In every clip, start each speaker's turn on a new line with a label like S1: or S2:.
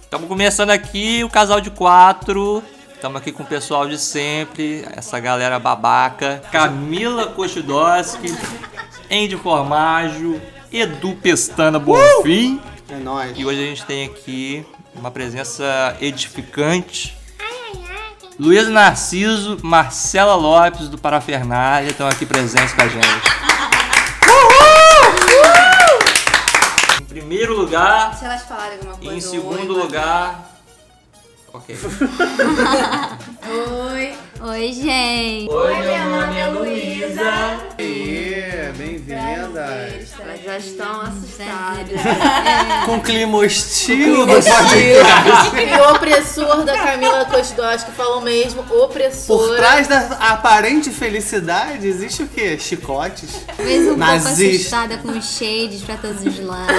S1: Estamos começando aqui o casal de quatro. Estamos aqui com o pessoal de sempre, essa galera babaca. Camila Kochidoski, Andy Formaggio, Edu Pestana Bonfim.
S2: É nóis.
S1: E hoje a gente tem aqui uma presença edificante. Luiz Narciso, Marcela Lopes do Parafernália estão aqui presentes com a gente. Em primeiro lugar,
S3: Se elas falarem alguma
S1: e
S3: coisa.
S1: em
S3: oi,
S1: segundo
S3: boa
S1: lugar. Ok.
S3: noite.
S4: Oi, gente.
S1: Oi, meu nome é Luísa.
S2: Aê, bem-vinda.
S3: Oi, elas já estão assustadas.
S5: Com clima hostil do
S6: E o opressor da Camila Costos, que falou mesmo,
S5: Por
S6: opressora.
S5: trás da aparente felicidade existe o quê? Chicotes?
S4: Talvez um pouco
S5: Nazista.
S4: assustada com os shades pra todos os lados.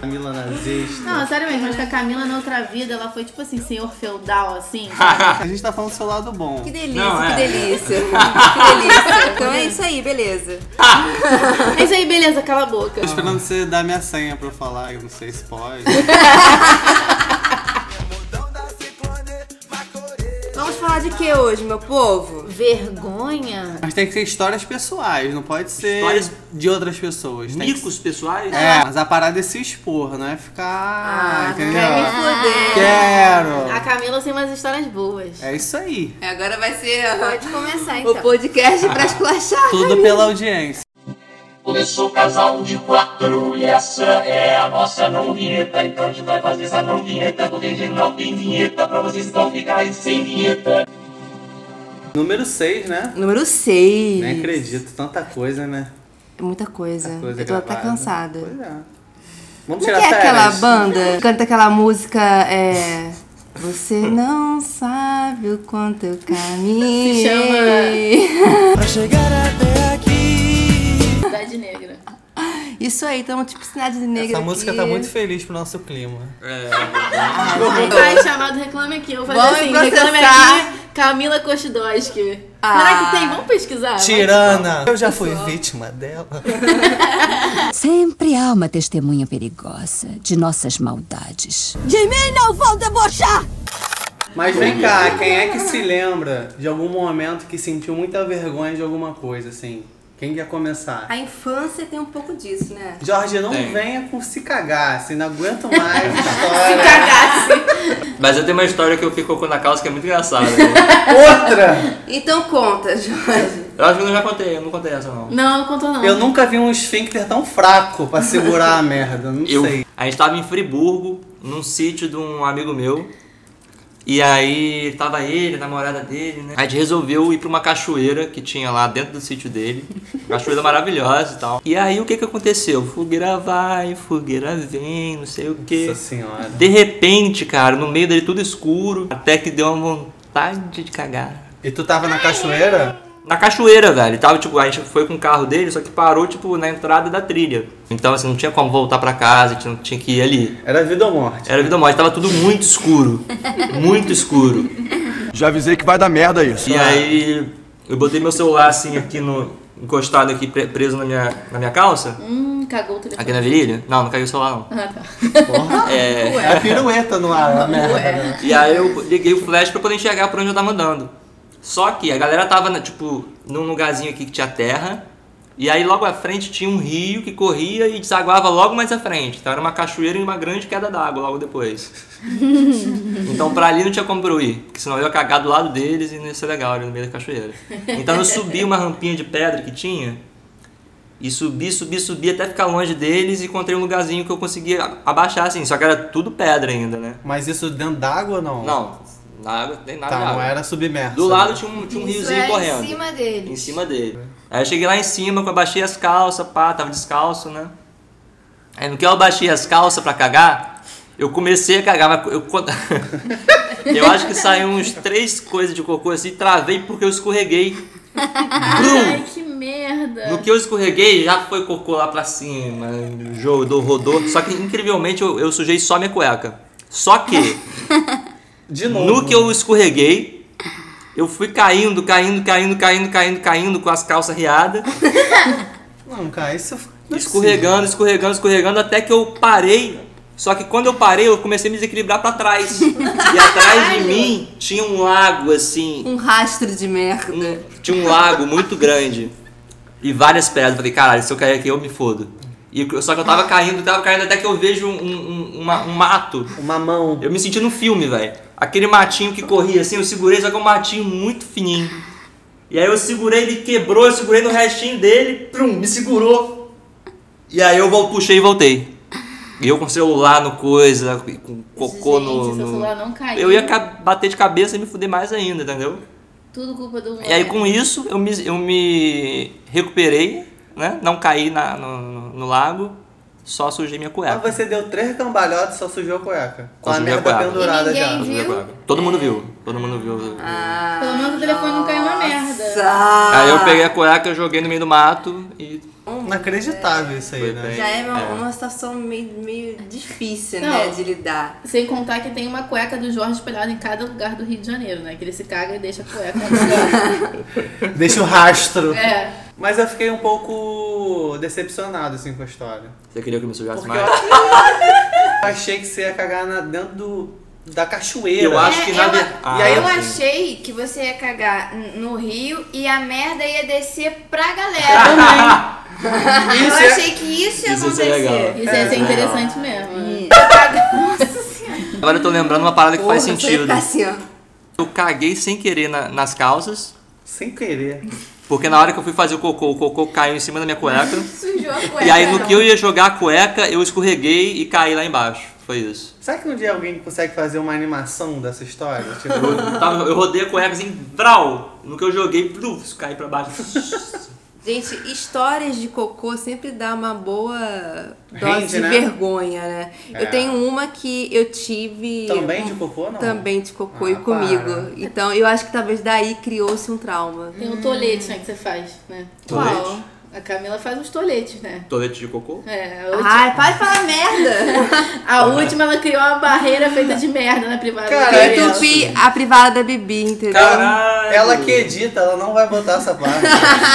S5: Camila nazista.
S6: Não, sério mesmo, acho que a Camila na outra vida, ela foi tipo assim, senhor feudal, assim. sabe?
S5: A gente tá falando do seu lado bom.
S3: Que delícia,
S1: Não, é.
S3: que delícia. que delícia. Então é isso aí, beleza.
S6: É isso aí, beleza, cala a boca.
S5: Tô esperando você dar minha senha pra eu falar, eu não sei se pode.
S3: Vamos falar de que hoje, meu povo?
S6: Vergonha?
S5: Mas tem que ser histórias pessoais, não pode ser
S1: Histórias-
S5: de outras pessoas. Tem que
S1: Micos pessoais?
S5: É, mas a parada é se expor, não é ficar. entendeu?
S3: Ah, Quer me foder.
S6: A
S5: Quero!
S6: Camila tem umas histórias boas.
S5: É isso aí.
S3: Agora vai ser ó,
S4: Pode começar,
S3: o
S4: então.
S3: podcast pra esculachar.
S5: Tudo pela audiência.
S7: Começou o casal de quatro e essa é a nossa não vinheta. Então a gente vai fazer essa não vinheta porque a gente não tem vinheta pra vocês não ficarem sem vinheta.
S5: Número 6, né?
S3: Número 6.
S5: Nem acredito, tanta coisa, né?
S3: É muita coisa.
S5: Tanta coisa
S3: Eu tô até
S5: gravada.
S3: cansada.
S5: Pois é. Vamos
S3: Como é
S5: tirar
S3: que é aquela
S5: né? férias.
S3: banda que canta aquela música é. Você não sabe o quanto eu caminhei.
S6: Se chama- Idade negra.
S3: Isso aí, tamo tipo cidade negra.
S5: Essa música
S3: aqui. Tá
S5: tá muito feliz pro nosso clima.
S6: Um pai chamado Reclame Aqui. Eu vou
S3: Vamos
S6: fazer assim,
S3: processar.
S6: Reclame Aqui, Camila Kostidoski.
S3: Ah.
S6: Será que tem? Vamos pesquisar?
S5: Tirana! Eu já fui vítima dela.
S8: Sempre há uma testemunha perigosa de nossas maldades.
S5: Mas vem cá, quem é que se lembra de algum momento que sentiu muita vergonha de alguma coisa, assim? Quem quer começar?
S3: A infância tem um pouco disso, né?
S5: Jorge, não
S1: Tem.
S5: venha com se cagar, assim, não aguento mais essa
S6: Se
S5: história.
S6: cagasse.
S5: É.
S1: Mas eu tenho uma história que eu fico com na calça que é muito engraçada. né?
S5: Outra!
S3: Então conta, Jorge.
S1: eu acho que eu já contei, eu não contei essa não.
S6: Não, não contou não.
S5: Eu nunca vi um esfíncter tão fraco pra segurar a merda, não
S1: Eu,
S5: sei.
S1: a gente tava em Friburgo, num sítio de um amigo meu. E aí tava ele, a namorada dele, né? A gente resolveu ir pra uma cachoeira que tinha lá dentro do sítio dele. Cachoeira maravilhosa e tal. E aí o que que aconteceu? Fogueira vai, fogueira vem, não sei o quê.
S5: Nossa senhora.
S1: De repente, cara, no meio dele tudo escuro, até que deu uma vontade de cagar.
S5: E tu tava na cachoeira?
S1: Na cachoeira, velho. Tava, tipo, a gente foi com o carro dele, só que parou, tipo, na entrada da trilha. Então, assim, não tinha como voltar pra casa, tinha, tinha que ir ali.
S5: Era vida ou morte.
S1: Era vida ou morte, tava tudo muito escuro. Muito escuro.
S9: Já avisei que vai dar merda isso.
S1: E aí eu botei meu celular assim aqui no. encostado aqui, pre- preso na minha, na minha calça.
S6: Hum, cagou o telefone.
S1: Aqui na virilha. Não, não caiu o celular não. É.
S5: É pirueta no ar, a merda. né?
S1: E aí eu liguei o flash pra poder enxergar pra onde eu tava andando. Só que a galera tava, né, tipo, num lugarzinho aqui que tinha terra. E aí logo à frente tinha um rio que corria e desaguava logo mais à frente. Então era uma cachoeira e uma grande queda d'água logo depois. Então pra ali não tinha como pra eu ir, porque senão eu ia cagar do lado deles e não ia ser legal ali no meio da cachoeira. Então eu subi uma rampinha de pedra que tinha e subi, subi, subi até ficar longe deles e encontrei um lugarzinho que eu conseguia abaixar assim, só que era tudo pedra ainda, né?
S5: Mas isso dentro d'água ou não?
S1: Não, na água tem nada. na
S5: Tá, não
S1: água.
S5: era submerso.
S1: Do lado tinha um, tinha um
S4: Isso
S1: riozinho
S4: é
S1: correndo.
S4: em cima dele.
S1: Em cima dele. Aí eu cheguei lá em cima, eu baixei as calças, pá, tava descalço, né? Aí no que eu baixei as calças pra cagar, eu comecei a cagar, mas eu. eu acho que saiu uns três coisas de cocô assim, travei porque eu escorreguei. Blum!
S6: Ai, que merda.
S1: No que eu escorreguei, já foi cocô lá pra cima, jogou, rodou. Só que incrivelmente eu, eu sujei só minha cueca. Só que,
S5: De novo. né?
S1: no que eu escorreguei, eu fui caindo, caindo, caindo, caindo, caindo, caindo com as calças riadas,
S5: Não, cara, isso. não é possível.
S1: escorregando, escorregando, escorregando, até que eu parei Só que quando eu parei, eu comecei a me desequilibrar pra trás. e atrás de mim tinha um lago, assim.
S10: Um rastro de merda.
S1: um- tinha um lago muito grande. E várias pedras. Eu falei, caralho, se eu cair aqui, eu me fodo. E, eu- só que eu tava caindo, tava caindo até que eu vejo um, um- uma- um mato.
S5: Uma mão.
S1: Eu me senti no filme, velho. Aquele matinho que corria assim, eu segurei, só que é um matinho muito fininho. E aí eu segurei, ele quebrou, eu segurei no restinho dele, prum, me segurou. E aí eu vol- puxei e voltei. E eu com o celular no coisa, com cocô
S6: Gente,
S1: no.
S6: seu
S1: no-
S6: celular não caiu.
S1: Eu ia ca- bater de cabeça e me fuder mais ainda, entendeu?
S6: Tudo culpa do
S1: E aí com isso eu me, eu me recuperei, né? Não caí na- no, no- no lago, só sujei minha cueca.
S5: Mas Ah, você deu três cambalhotas e só sujou a cueca. Com
S1: Só
S5: a
S1: sujei É. a
S5: merda
S1: cueca.
S5: pendurada
S6: E
S5: já.
S6: ninguém
S1: Sujei a
S6: Ah, viu? É. Ah,
S1: cueca. Todo mundo viu, todo mundo viu.
S6: Pelo menos o telefone não caiu na merda.
S10: Nossa!
S11: Ah.
S1: Aí eu peguei a cueca, joguei no meio do mato e.
S5: Inacreditável isso aí,
S1: Foi
S5: né?
S1: bem.
S10: Já é uma, uma situação meio, meio difícil,
S6: Não.
S10: né, de lidar.
S6: Sem contar que tem uma cueca do Jorge espalhada em cada lugar do Rio de Janeiro, né? Que ele se caga e deixa a cueca. no lugar.
S5: Deixa o rastro.
S6: é.
S5: Mas eu fiquei um pouco decepcionado, assim, com a história.
S1: Você queria que eu me sujasse
S5: Porque eu
S1: mais?
S5: eu achei que você ia cagar na- dentro do, da cachoeira.
S1: Eu Ah, acho que
S11: É,
S1: na
S11: eu-
S1: verdade.
S11: E aí eu achei que você ia cagar n- no rio e a merda ia descer pra galera.
S5: Também.
S11: eu
S5: Isso é-
S11: achei que isso ia
S1: Isso ia ser
S11: acontecer.
S1: legal.
S6: Isso ia ser interessante mesmo. né?
S1: Agora eu tô lembrando uma parada que faz
S10: Porra, você
S1: sentido.
S10: fica assim, ó.
S1: Eu caguei sem querer na- nas calças,
S5: Sem querer.
S1: porque na hora que eu fui fazer o cocô, o cocô caiu em cima da minha cueca.
S11: Sujou a cueca.
S1: e aí no que eu ia jogar a cueca, eu escorreguei e caí lá embaixo. Foi isso.
S5: Será que um dia alguém consegue fazer uma animação dessa história?
S1: Eu,
S5: Tipo,
S1: tava- eu rodei a cueca assim, vral! No que eu joguei, pluf, caí pra baixo.
S10: Gente, histórias de cocô sempre dá uma boa dose
S5: Rende,
S10: de
S5: né?
S10: vergonha, né?
S5: É.
S10: Eu tenho uma que eu tive. um
S5: Também de cocô, não?
S10: Também de cocô
S5: Ah,
S10: e comigo.
S5: para.
S10: Então eu acho que talvez daí criou-se um trauma.
S6: Tem um tolete, né? Que você faz, né?
S1: Tolete?
S6: Qual? A Camila faz uns toletes, né?
S1: Tolete de cocô?
S6: É, a
S11: Ah.
S6: última,
S10: Ai, tipo- para de falar merda!
S1: Ah.
S6: a última ela criou uma barreira
S11: Ah.
S6: feita de merda na privada.
S5: Cara,
S6: da
S5: é
S10: Eu
S6: Camila.
S5: tudo-
S10: entupi a privada da Bibi, entendeu?
S1: Caralho!
S5: ela que edita, ela não vai botar essa parte.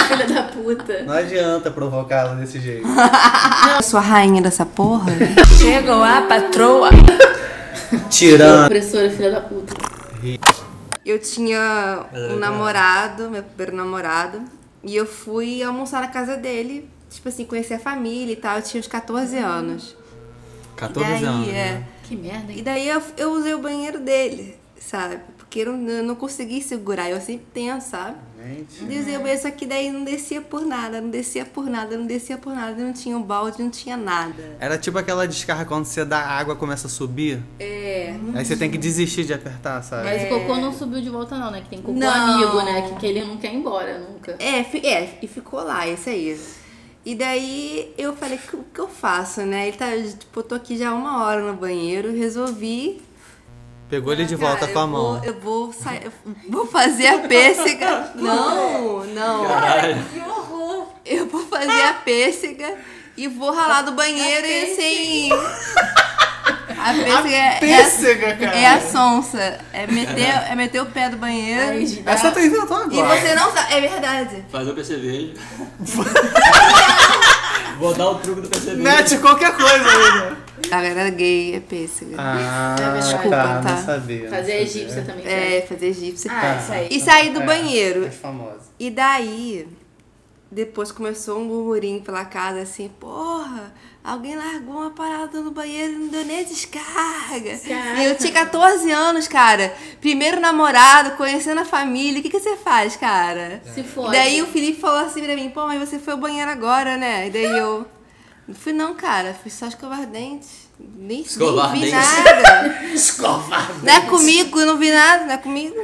S6: filha da puta.
S5: Não adianta provocá-la desse jeito.
S10: Ah, Eu sou a rainha dessa porra. Chegou a patroa.
S1: Ah.
S5: Tirando.
S6: Opressora, filha da puta.
S10: Eu tinha um namorado, meu primeiro namorado, e eu fui almoçar na casa dele, tipo assim, conhecer a família e tal. Eu tinha uns 14 anos. e daí, é.
S6: Que merda, hein?
S10: E daí eu, eu usei o banheiro dele, sabe? Porque eu não, eu não consegui segurar, eu sempre tenso, sabe? E eu usei o banheiro, só que daí não descia por nada, não descia por nada, não descia por nada, não tinha um balde, não tinha nada.
S5: Era tipo aquela descarga quando você dá água começa a subir.
S10: É.
S5: Aí você tem que desistir de apertar, sabe?
S6: Mas o cocô não subiu de volta, não, né? Que tem cocô
S10: Não.
S6: amigo, né? Que, que ele não quer ir embora nunca.
S10: É, fi- é, e ficou lá, isso aí. E daí eu falei, o que eu faço, né? Ele tá, tipo, eu tô aqui já uma hora no banheiro, resolvi.
S5: Pegou ele de
S10: Cara,
S5: volta com a
S10: eu vou-
S5: mão.
S10: eu vou sair, eu vou fazer a pêssega. Não, não.
S11: Que horror.
S10: Eu vou fazer a pêssega e vou ralar do banheiro e sem. A pêssega, é-
S5: Pêssega,
S10: é, é a sonsa. É meter, é meter o pé do banheiro.
S5: Essa tu inventou
S10: e
S5: agora.
S10: você não sabe. É verdade.
S1: Fazer o percevejo. Vou dar o truque do percevejo.
S5: Mete qualquer coisa ainda.
S10: A galera gay é pêssega.
S5: Ah,
S10: Desculpa,
S5: tá,
S10: tá.
S5: não sabia. não
S6: Fazer a
S5: sabia.
S6: egípcia também.
S10: É, fazer egípcia.
S11: Ah, isso aí.
S10: E sair do
S5: É,
S10: banheiro.
S5: mais famosa.
S10: E daí, depois começou um murmurinho pela casa assim, porra, alguém largou uma parada no banheiro e não deu nem descarga. E eu tinha 14 anos, cara. Primeiro namorado, conhecendo a família. O que, que você faz, cara?
S5: É.
S6: Se
S10: E
S6: for.
S10: daí o Felipe falou assim pra mim, pô, mas você foi ao banheiro agora, né? E daí eu. Não fui não, cara, fui só escovar dente. Nem, nem
S1: Escovar
S10: vi
S1: dente.
S10: nada.
S5: Escova.
S10: não é comigo, não vi nada, não é comigo.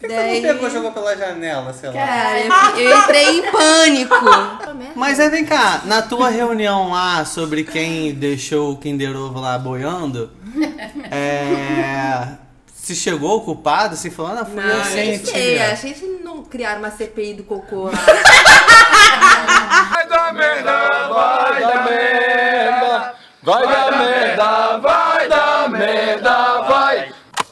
S5: Você
S10: Daí...
S5: não pegou, jogou pela janela, sei lá.
S10: Cara, eu, eu entrei em pânico.
S5: Mas aí vem cá, na tua reunião lá sobre quem deixou o Kinder Ovo lá boiando, é, se chegou o culpado, se falou, não, fui eu sim,
S10: Não sei,
S5: tia."
S10: a gente não criar uma CPI do cocô. lá.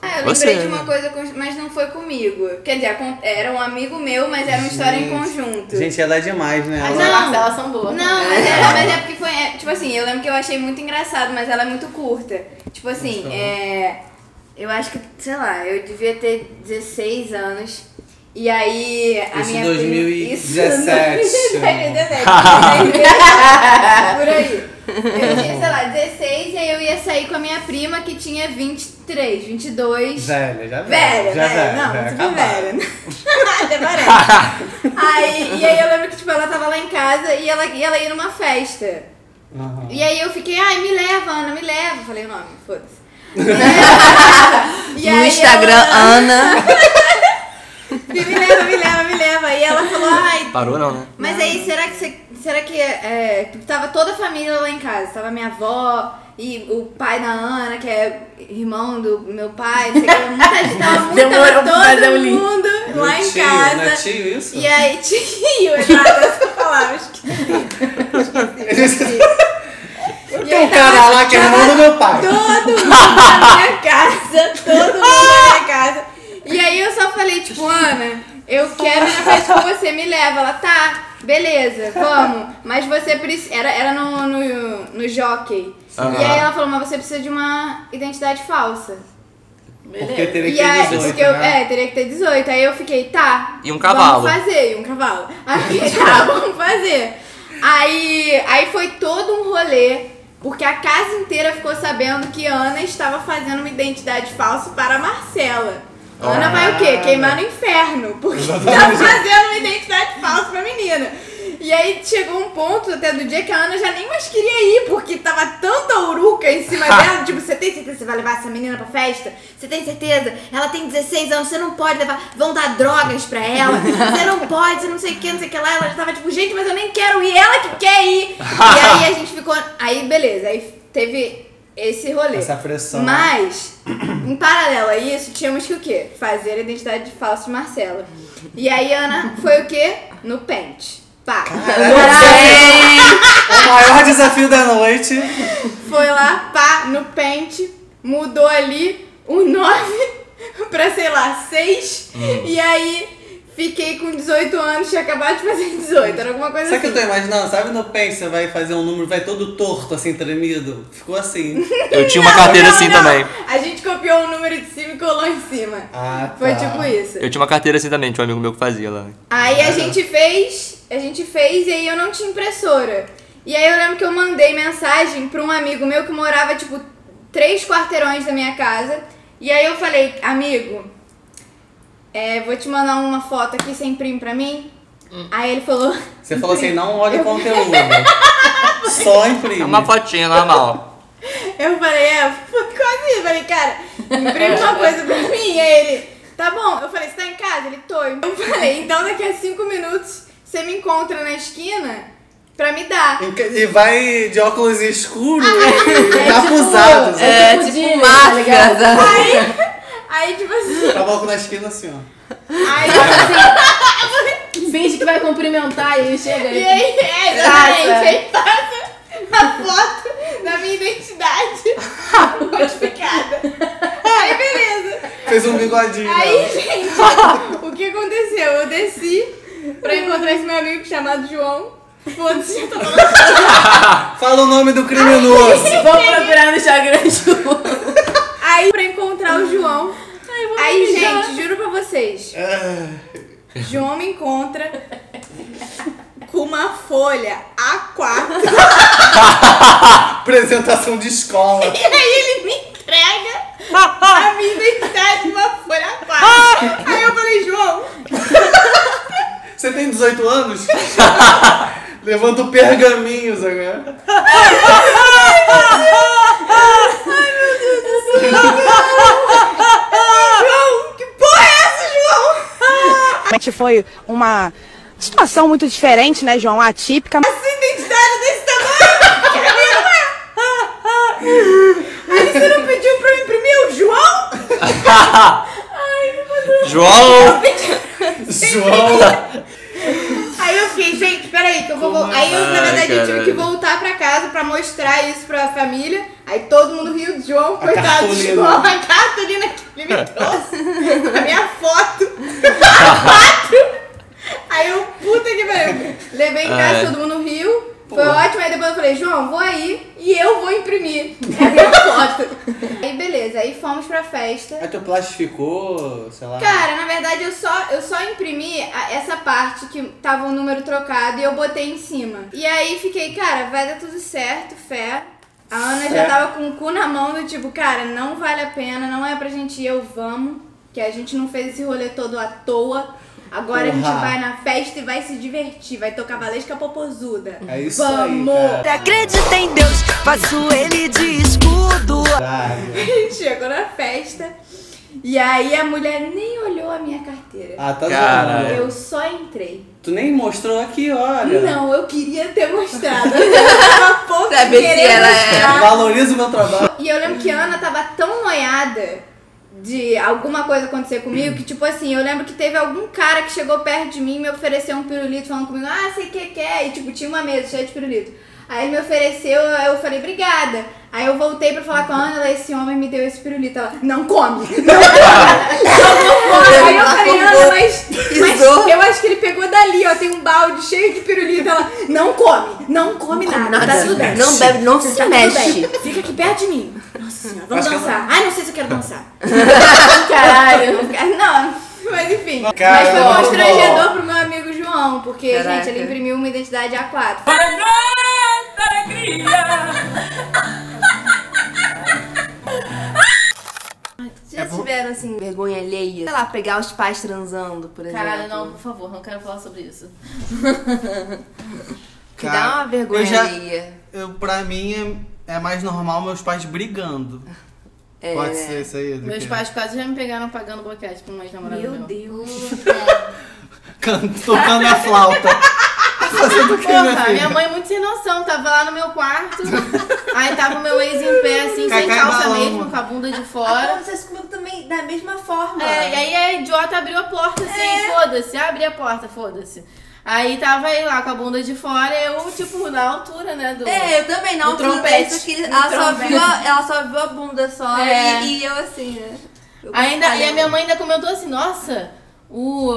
S11: É,
S10: eu
S1: Você,
S10: lembrei de
S1: né?
S10: uma coisa, com- mas não foi comigo. Quer dizer, acon- era um amigo meu, mas era uma história em conjunto.
S5: Gente, ela é demais, né?
S10: Mas
S5: Ela-
S10: Ah, não,
S6: Elas são boas.
S10: Não, mas é, mas é porque foi. é, tipo assim, eu lembro que eu achei muito engraçado, mas ela é muito curta. Tipo assim, é. Eu acho que, sei lá, eu devia ter 16 anos. E aí. A
S5: Isso
S10: minha
S5: 2017.
S10: Isso, 2017. por aí. Eu tinha, sei lá, 16 e aí eu ia sair com a minha prima que tinha 23, 22.
S5: Velha, já
S10: Velha,
S5: já
S10: velha, não,
S5: velha,
S10: muito
S5: acabada.
S10: velha. Até parece. aí, e aí eu lembro que, tipo, ela tava lá em casa e ela, e ela ia numa festa.
S5: Aham.
S10: E aí eu fiquei, ai, me leva, Ana, me leva. Eu Falei o nome, foda-se. E
S3: no
S10: aí
S3: Instagram,
S10: ela-
S3: Ana.
S10: Me leva, me leva, me leva. E ela falou, ai,
S1: Parou não, né?
S10: mas aí, será que você- será que é, tava toda a família lá em casa? Tava minha avó e o pai da Ana, que é irmão do meu pai, não sei o que, muita gente, tava muito
S6: Demorou é um
S10: tava
S6: pra fazer o
S10: todo
S6: link.
S10: mundo
S5: Meu
S10: lá em
S5: tio,
S10: casa.
S5: Não é tio isso?
S10: E aí, tio, exato, essa palavra, esqueci. esqueci. E
S5: Tem
S10: aí,
S5: um cara
S10: tava-
S5: lá que é irmão do meu pai.
S10: Todo mundo na minha casa, todo mundo na minha casa. E aí eu só falei, tipo, Ana, eu quero ir na festa com você, me leva. Ela, tá, beleza, vamos. Mas você precisa. Era, era no, no, no jockey.
S1: Aham.
S10: E aí ela falou, mas você precisa de uma identidade falsa.
S5: Porque
S6: Beleza.
S5: teria que
S10: e aí,
S5: ter 18,
S10: porque eu,
S5: né?
S10: é, teria que ter 18. Aí eu fiquei, tá.
S1: E um cavalo.
S10: Vamos fazer, e um cavalo. Aí, tá, vamos fazer. Aí, aí foi todo um rolê, porque a casa inteira ficou sabendo que Ana estava fazendo uma identidade falsa para a Marcela. Ana vai o quê? Queimar no inferno, porque tá fazendo uma identidade falsa pra menina. E aí chegou um ponto até do dia que a Ana já nem mais queria ir, porque tava tanta uruca em cima dela, tipo, você tem certeza que você vai levar essa menina pra festa? Você tem certeza? Ela tem 16 anos, você não pode levar, vão dar drogas pra ela, você não pode, você não sei o que, não sei o que lá. Ela já tava tipo, gente, mas eu nem quero ir, ela que quer ir. E aí a gente ficou, aí beleza, aí teve esse rolê.
S5: Essa pressão. né?
S10: Mas, em paralelo a isso, tínhamos que o quê? Fazer a identidade de falso de Marcela. E aí, Ana, foi o quê? No pente. Pá.
S5: É O maior desafio da noite.
S10: Foi lá, pá, no pente, mudou ali o 9 pra, sei lá, 6.
S5: Hum.
S10: E aí, fiquei com 18 anos, tinha acabado de fazer 18. Era alguma coisa
S5: Sabe o que
S10: assim.
S5: eu tô imaginando? Sabe no pen você vai fazer um número, vai todo torto, assim, tremido? Ficou assim.
S1: Eu tinha uma carteira
S10: Não,
S1: assim
S10: não.
S1: também.
S10: A gente copiou o número de cima e colou em cima.
S5: Ah,
S10: Foi
S5: tá.
S10: tipo isso.
S1: Eu tinha uma carteira assim também, tinha um amigo meu que fazia lá.
S10: Aí a gente fez, a gente fez e aí eu não tinha impressora. E aí eu lembro que eu mandei mensagem pra um amigo meu que morava, tipo, três quarteirões da minha casa. E aí eu falei, amigo, é, vou te mandar uma foto aqui, você imprime pra mim? Aí ele falou,
S5: Você falou assim, não olha o conteúdo. Só imprime.
S1: É uma fotinha normal.
S10: eu falei, é, foi quase isso. Eu falei, cara, imprime uma coisa pra mim. Aí ele, tá bom. Eu falei, você tá em casa? Ele, tô. Eu falei, então daqui a cinco minutos você me encontra na esquina pra me dar.
S5: E vai de óculos tá escuros,
S10: tipo,
S5: capuzado. sabe?
S3: É,
S6: Tipo
S3: tipo,
S6: Dylan, tá
S3: máfia.
S6: ligado?
S3: sabe?
S10: Aí, tipo assim,
S5: Tava com na esquina assim, ó.
S10: aí,
S6: Finge que vai cumprimentar e chega
S10: e
S6: aí.
S10: aí, é, exatamente, aí passa a foto da minha identidade codificada. Aí, beleza.
S5: Fez um bigodinho.
S10: Aí,
S5: né?
S10: gente, o que aconteceu? Eu desci pra encontrar esse meu amigo chamado João. Foda-se, eu tô falando.
S5: Fala o nome do criminoso.
S6: Vou procurar no Instagram de novo.
S10: Aí, pra encontrar o João. Aí,
S6: mijar.
S10: gente, juro pra vocês.
S5: É.
S10: João me encontra com uma folha A4
S5: Apresentação de escola.
S10: E aí ele me entrega
S12: Ah,
S10: a minha identidade uma folha a parte. Aí eu falei, João,
S5: Você tem 18 anos? Levanto pergaminhos agora.
S10: João, que porra é essa, João?
S12: Realmente foi uma situação muito diferente, né, João? Atípica.
S10: Essa identidade desse tamanho? Que é minha
S12: Ah,
S10: mãe? Aí você não pediu pra eu imprimir o João?
S1: João!
S5: João.
S10: Aí eu fiquei, gente, peraí, que eu vou. vol- Aí eu, na
S1: Ai,
S10: verdade, eu tive
S1: caralho.
S10: que voltar pra casa pra mostrar isso pra família. Aí todo mundo riu de João, coitado do
S5: cartolina.
S10: João, a cartolina que Ele me trouxe a minha foto. a quatro. Aí eu, puta que pariu. Levei em casa,
S13: É.
S10: todo mundo riu. Foi ótimo, aí depois eu falei, João, vou aí e eu vou imprimir a minha foto. aí beleza, aí fomos pra festa.
S5: Aí tu É plastificou, sei lá.
S10: Cara, na verdade eu só, eu só imprimi a- essa parte que tava o número trocado e eu botei em cima. E aí fiquei, cara, vai dar tudo certo, fé. A Ana já
S13: Fé.
S10: tava com o cu na mão do tipo, cara, não vale a pena, não é pra gente ir, eu vamos. Que a gente não fez esse rolê todo à toa. Agora a gente
S13: Porra.
S10: vai na festa e vai se divertir, vai tocar Valesca Popozuda.
S13: É isso aí,
S10: Vamos!
S13: cara.
S10: Acredita em Deus, faço ele de escudo.
S5: Caralho.
S10: Chegou na festa. E aí a mulher nem olhou a minha carteira.
S5: Ah, tá
S1: Cara.
S13: é.
S5: zoando.
S10: Eu só entrei.
S5: Tu nem mostrou aqui,
S3: É.
S5: olha.
S10: Não, eu queria ter mostrado. Eu tava a ponto de
S3: Saber se
S10: querer
S3: ela é
S10: mostrar.
S5: Valoriza o meu trabalho.
S10: E eu lembro que a Ana tava tão noiada de alguma coisa acontecer comigo que, tipo assim, eu lembro que teve algum cara que chegou perto de mim e me ofereceu um pirulito falando comigo, ah, sei que quer. E, tipo, tinha uma mesa cheia de pirulito. Aí ele me ofereceu, eu falei, obrigada. Aí eu voltei pra falar com a Ana, ela, esse homem me deu esse pirulito. Ela, não come. Não come. Não come. Aí eu falei, Ana, mas, mas
S3: Pisou.
S10: eu acho que ele pegou dali, ó, tem um balde cheio de pirulito. Ela, não come, não come nada,
S3: nada,
S10: tá tudo bem.
S3: não bebe, não se
S10: Tá tudo
S3: mexe.
S10: bem. Fica aqui perto de mim. Nossa senhora, vamos
S13: Acho que
S10: dançar.
S13: ela-
S10: Ai, não sei se eu quero dançar. Caralho. Não, mas enfim. mas foi
S13: Caramba.
S10: constrangedor pro meu amigo João, porque,
S13: Caraca.
S10: gente, ele imprimiu uma identidade A4.
S3: Já tiveram, assim, vergonha alheia? Sei lá, pegar os pais transando, por exemplo.
S6: Caralho, não, por favor, não quero falar sobre isso.
S3: Que dá uma vergonha
S5: eu já,
S3: alheia.
S5: eu, Pra mim é, é mais normal meus pais brigando.
S6: É.
S5: Pode ser isso aí. do
S6: Meus
S5: que-
S6: pais quase já me pegaram pagando boquete pra um ex-namorado
S10: Meu
S6: meu.
S10: Deus.
S5: Canto- tocando a flauta. Fazendo o que, minha
S6: Porra,
S5: filha?
S6: minha mãe é muito sem noção, tava lá no meu quarto, aí tava o meu ex em pé, assim, sem
S13: Cacá e
S6: calça
S13: balão.
S6: mesmo, com a bunda de
S10: Ah,
S6: fora.
S10: Acontece comigo também, da mesma forma.
S6: É, e aí a idiota abriu a porta assim, foda-se, abri a porta, foda-se. Aí tava ele lá com a bunda de fora, eu, tipo, na altura, né? Do,
S10: É, eu também, na
S6: do
S10: altura,
S6: trompete.
S10: só que ele-
S6: Do
S10: ela só
S6: trompete.
S10: viu a- ela só viu a bunda só,
S6: É.
S10: e- e eu assim, né? Eu
S6: Ainda, e
S10: falei,
S6: a minha mãe ainda comentou assim, nossa, o,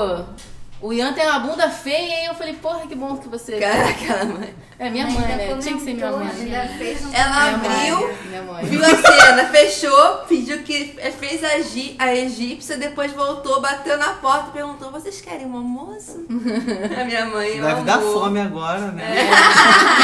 S6: o Ian tem uma bunda feia, e eu falei, porra, que bom que você...
S3: Caraca, mãe.
S6: É minha
S3: Ainda
S6: mãe, né? Tinha que ser minha mãe.
S4: um
S6: um
S3: Ela
S6: Minha mãe,
S3: abriu,
S6: minha mãe.
S3: viu a cena, fechou, pediu que fez a, gi- a egípcia, depois voltou, bateu na porta e perguntou: vocês querem um almoço? a minha
S10: é
S3: mãe, eu
S5: Deve
S10: um
S5: dar
S3: amor.
S5: fome agora, né?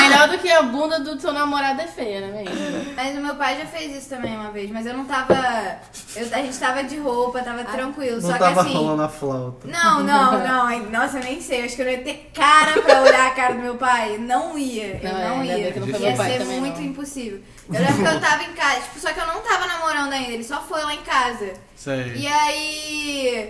S6: Melhor do que a bunda do seu namorado é feia, né, mesmo?
S10: Mas o meu pai já fez isso também uma vez, mas eu não tava. eu- a gente tava de roupa,
S3: Ah.
S10: tava tranquilo.
S5: Não
S10: só
S5: tava
S10: que assim.
S5: rolando a flauta.
S10: Não, não, não. ai, Nossa, eu nem sei. Eu acho que eu não ia ter cara pra olhar a cara do meu pai. Não ia. Eu
S6: Não, é,
S10: não,
S6: ainda
S10: ia.
S6: bem que não foi
S10: ia
S6: meu pai
S10: ser
S6: também,
S10: muito
S6: não.
S10: impossível. Eu lembro que eu tava em casa, tipo, só que eu não tava namorando ainda, ele só foi lá em casa.
S5: Sei.
S10: E aí.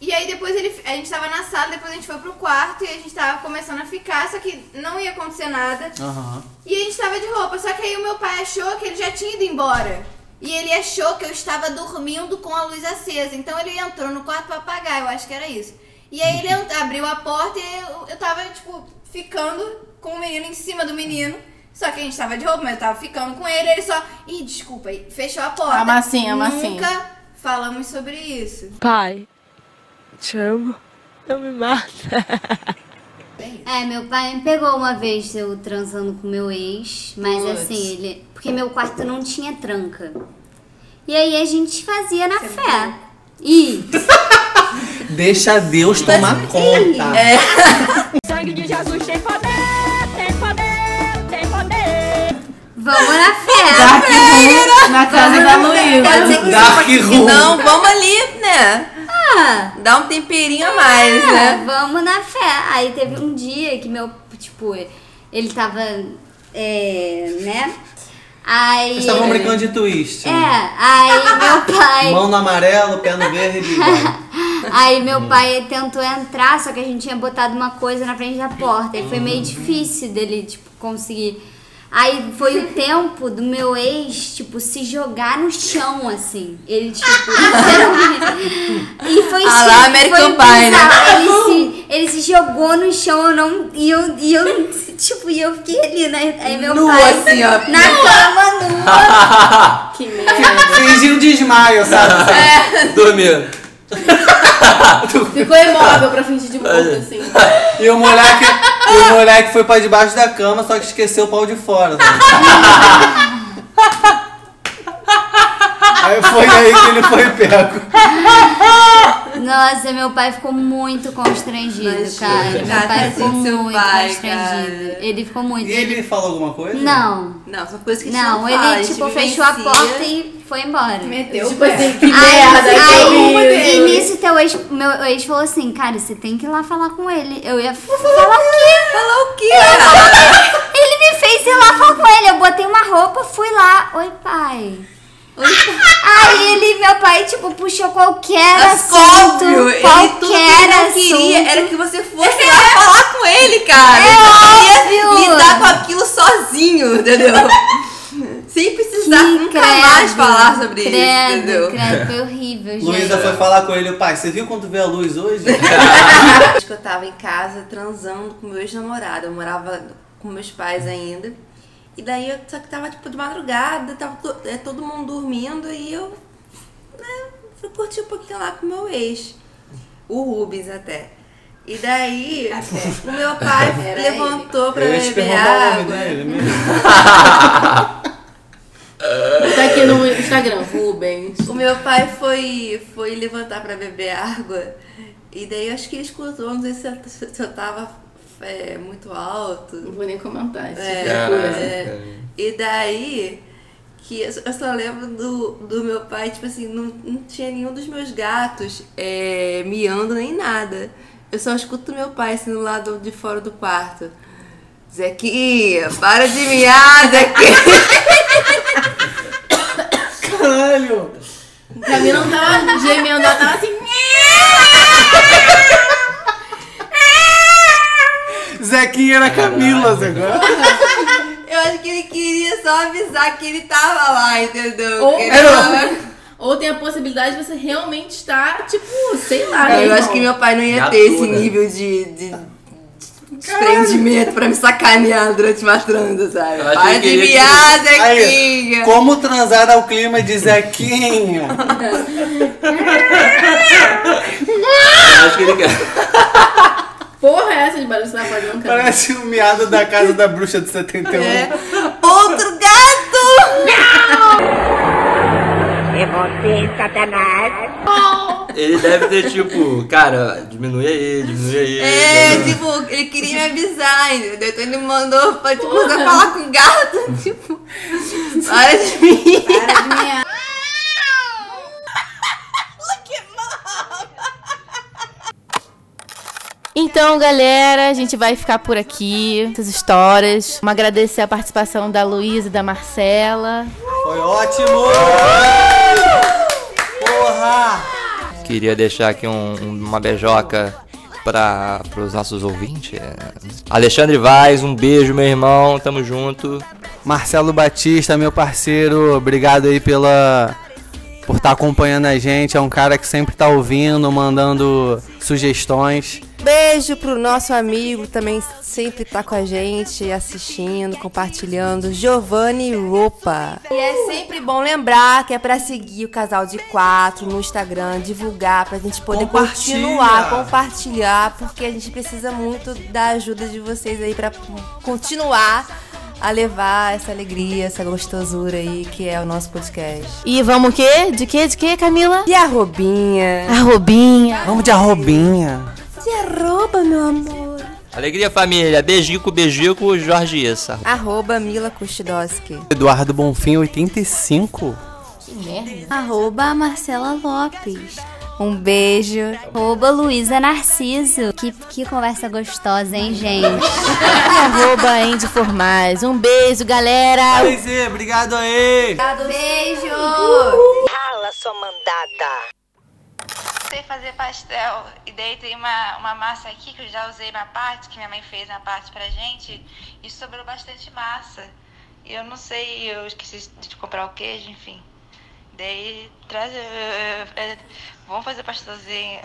S10: E aí depois ele, a gente tava na sala, depois a gente foi pro quarto e a gente tava começando a ficar, só que não ia acontecer nada.
S5: Aham.
S10: E a gente tava de roupa, só que aí o meu pai achou que ele já tinha ido embora. E ele achou que eu estava dormindo com a luz acesa. Então ele entrou no quarto pra apagar, eu acho que era isso. E aí ele ent-
S6: Uhum.
S10: abriu a porta e eu, eu tava, tipo, ficando com o menino em cima do menino. Só que a gente tava de roupa, mas eu tava ficando com ele, ele só. Ih, desculpa, e fechou a porta.
S6: A massinha, a massinha.
S10: Nunca falamos sobre isso.
S12: Pai, te amo. Não me mata.
S4: É, meu pai me pegou uma vez eu transando com meu ex, mas
S13: Putz.
S4: assim, ele. Porque meu quarto não tinha tranca. E aí a gente fazia na fé. E.
S5: Deixa Deus tomar conta.
S13: Sangue de Jesus tem poder, tem poder, tem poder.
S4: Vamos na fé.
S13: Dark
S4: Freira.
S13: Room na casa
S4: Vamos
S13: da
S4: na fé.
S13: Luísa.
S4: Quer dizer que é
S13: Dark
S4: você-
S13: Room.
S3: Não, vamos ali, né?
S4: Ah.
S3: Dá um temperinho a mais,
S4: É,
S3: né?
S4: Vamos na fé. Aí teve um dia que meu, tipo, ele tava, é, né? Aí...
S5: Vocês estavam brincando de twist.
S4: É, aí meu pai...
S5: Mão no amarelo, pé no verde. vai.
S4: Aí meu pai tentou entrar, só que a gente tinha botado uma coisa na frente da porta. E foi meio difícil dele, tipo, conseguir. Aí foi o tempo do meu ex, tipo, se jogar no chão, assim. Ele, tipo, E foi
S3: Ah lá,
S4: sim,
S3: American
S4: foi
S3: Pie, né?
S4: bizarro. Ele se, ele se jogou no chão eu não, e eu, e eu Tipo, e eu fiquei ali, né? Aí meu
S10: Nua,
S4: pai.
S10: assim, ó.
S4: Na cama, nua. que
S5: Fingindo desmaio, sabe?
S1: Dormindo.
S6: Ficou imóvel pra fingir de morto, assim.
S5: E o moleque, e o moleque foi pra debaixo da cama, só que esqueceu o pau de fora. né? sabe? aí foi aí que ele foi pego.
S4: Nossa, meu pai ficou muito constrangido, cara. Meu pai ficou muito constrangido. Ele ficou muito.
S5: E ele falou alguma coisa?
S4: Não.
S10: Não, são coisas que
S4: Não,
S10: a gente não fala, a
S4: ele
S10: gente
S4: tipo fechou a
S10: vivencia.
S4: porta e foi embora.
S10: Meteu
S14: Tipo o pé. assim, que
S4: Aí-
S14: merda, que
S4: Aí,
S14: horror,
S4: e
S14: meu Deus.
S4: nisso teu ex, meu ex falou assim, cara, você tem que ir lá falar com ele. Eu ia falar o quê?
S10: Falar o quê?
S4: Ele me fez ir lá falar com ele. Eu botei uma roupa, fui lá. Oi, pai. Aí ele, meu pai, tipo, puxou qualquer
S10: Mas
S4: assunto.
S10: óbvio, ele
S4: qualquer
S10: tudo que ele não queria
S4: assunto.
S10: era que você fosse lá falar com ele, cara.
S4: É
S10: Ele não
S4: óbvio.
S10: ia lidar com aquilo sozinho, entendeu? Sem precisar nunca mais falar sobre
S4: credo,
S10: isso, entendeu?
S4: Credo, foi horrível, gente.
S5: Luísa foi falar com ele, pai, você viu quando veio a luz hoje?
S10: Acho que eu tava em casa transando com meu ex-namorado. Eu morava com meus pais ainda. E daí eu só que tava tipo de madrugada, tava to- é, todo mundo dormindo e eu né, fui curtir um pouquinho lá com meu ex. O Rubens até. E daí o meu pai
S14: Era
S10: levantou pra ah,
S5: Eu ia te
S10: beber
S5: perguntar o nome
S10: água.
S5: dele né, mesmo.
S6: Tá aqui no Instagram, Rubens.
S10: O meu pai foi, foi levantar pra beber água. E daí eu acho que ele escutou, não sei se eu, se eu tava é, muito alto.
S6: Não vou nem comentar isso.
S10: É, é. E daí que eu só- eu só lembro do, do meu pai, tipo assim, não, não tinha nenhum dos meus gatos é, miando nem nada. Eu só escuto meu pai assim do lado de fora do quarto. Zequinha, para de miar, Zequinha!
S5: Caralho!
S6: Pra mim não tava gemendo, ela tava assim.
S5: Zequinha era Camila agora.
S10: Eu acho que ele queria só avisar que ele tava lá, entendeu?
S6: Ou,
S10: Que ele tava-
S6: ou tem a possibilidade de você realmente estar, tipo, sei lá.
S10: Cara,
S6: né,
S10: Ah, É, eu
S6: irmão?
S10: acho que meu pai não ia
S6: Gatuna.
S10: ter esse nível de, de, de desprendimento pra me sacanear durante uma transa, sabe?
S5: Eu acho que
S10: Para
S5: ele
S10: de
S5: queria que-
S10: miar,
S5: Aí,
S10: Zequinha!
S5: Como transar ao clima de Zequinho?
S1: Acho que ele quer.
S6: Porra, é essa de barulho que você tá fazendo, cara?
S5: Parece o miado da casa da bruxa de 71.
S10: É. Outro gato!
S15: E você, Satanás?
S1: Ele deve ter tipo, cara, diminui aí, diminui aí.
S10: É, tipo, ele queria me avisar, entendeu? Então ele mandou pra tipo, você falar com o gato, tipo, para de mim. Para de mim.
S16: Então, galera, a gente vai ficar por aqui. Essas histórias. Vamos agradecer a participação da Luísa e da Marcela.
S5: Foi ótimo! Porra!
S1: Queria deixar aqui um- um- uma beijoca para os nossos ouvintes. Alexandre Vaz, um beijo, meu irmão. Tamo junto.
S5: Marcelo Batista, meu parceiro, obrigado aí pela por estar acompanhando a gente. É um cara que sempre tá ouvindo, mandando sugestões.
S10: Beijo pro nosso amigo, também sempre tá com a gente, assistindo, compartilhando, Giovanni Ropa. E é sempre bom lembrar que é pra seguir o Casal de Quatro no Instagram, divulgar, pra gente poder
S5: Compartilha.
S10: continuar, compartilhar, porque a gente precisa muito da ajuda de vocês aí pra continuar a levar essa alegria, essa gostosura aí que é o nosso podcast.
S16: E vamos o quê? De quê? De quê, Camila?
S10: E a Robinha?
S16: A Robinha.
S5: Vamos de arrobinha.
S10: Se arroba, meu amor.
S1: Alegria, família. Beijico, beijico, Jorge Issa.
S10: Arroba Mila Kustidoski.
S5: Eduardo Bonfim 85.
S4: Que merda. Arroba Marcela Lopes. Um beijo. Arroba Luísa Narciso. Que, que conversa gostosa, hein, gente?
S16: E arroba Andy Formais. Um beijo, galera.
S5: Luísa, obrigado aí.
S4: Beijo!
S15: Fala, sua mandada.
S17: sei fazer pastel. E daí tem uma, uma massa aqui que eu já usei na parte, que minha mãe fez na parte pra gente, e sobrou bastante massa. E eu não sei, eu esqueci de comprar o queijo, enfim. Daí traz. eh, eh, eh, vamos fazer pastelzinho.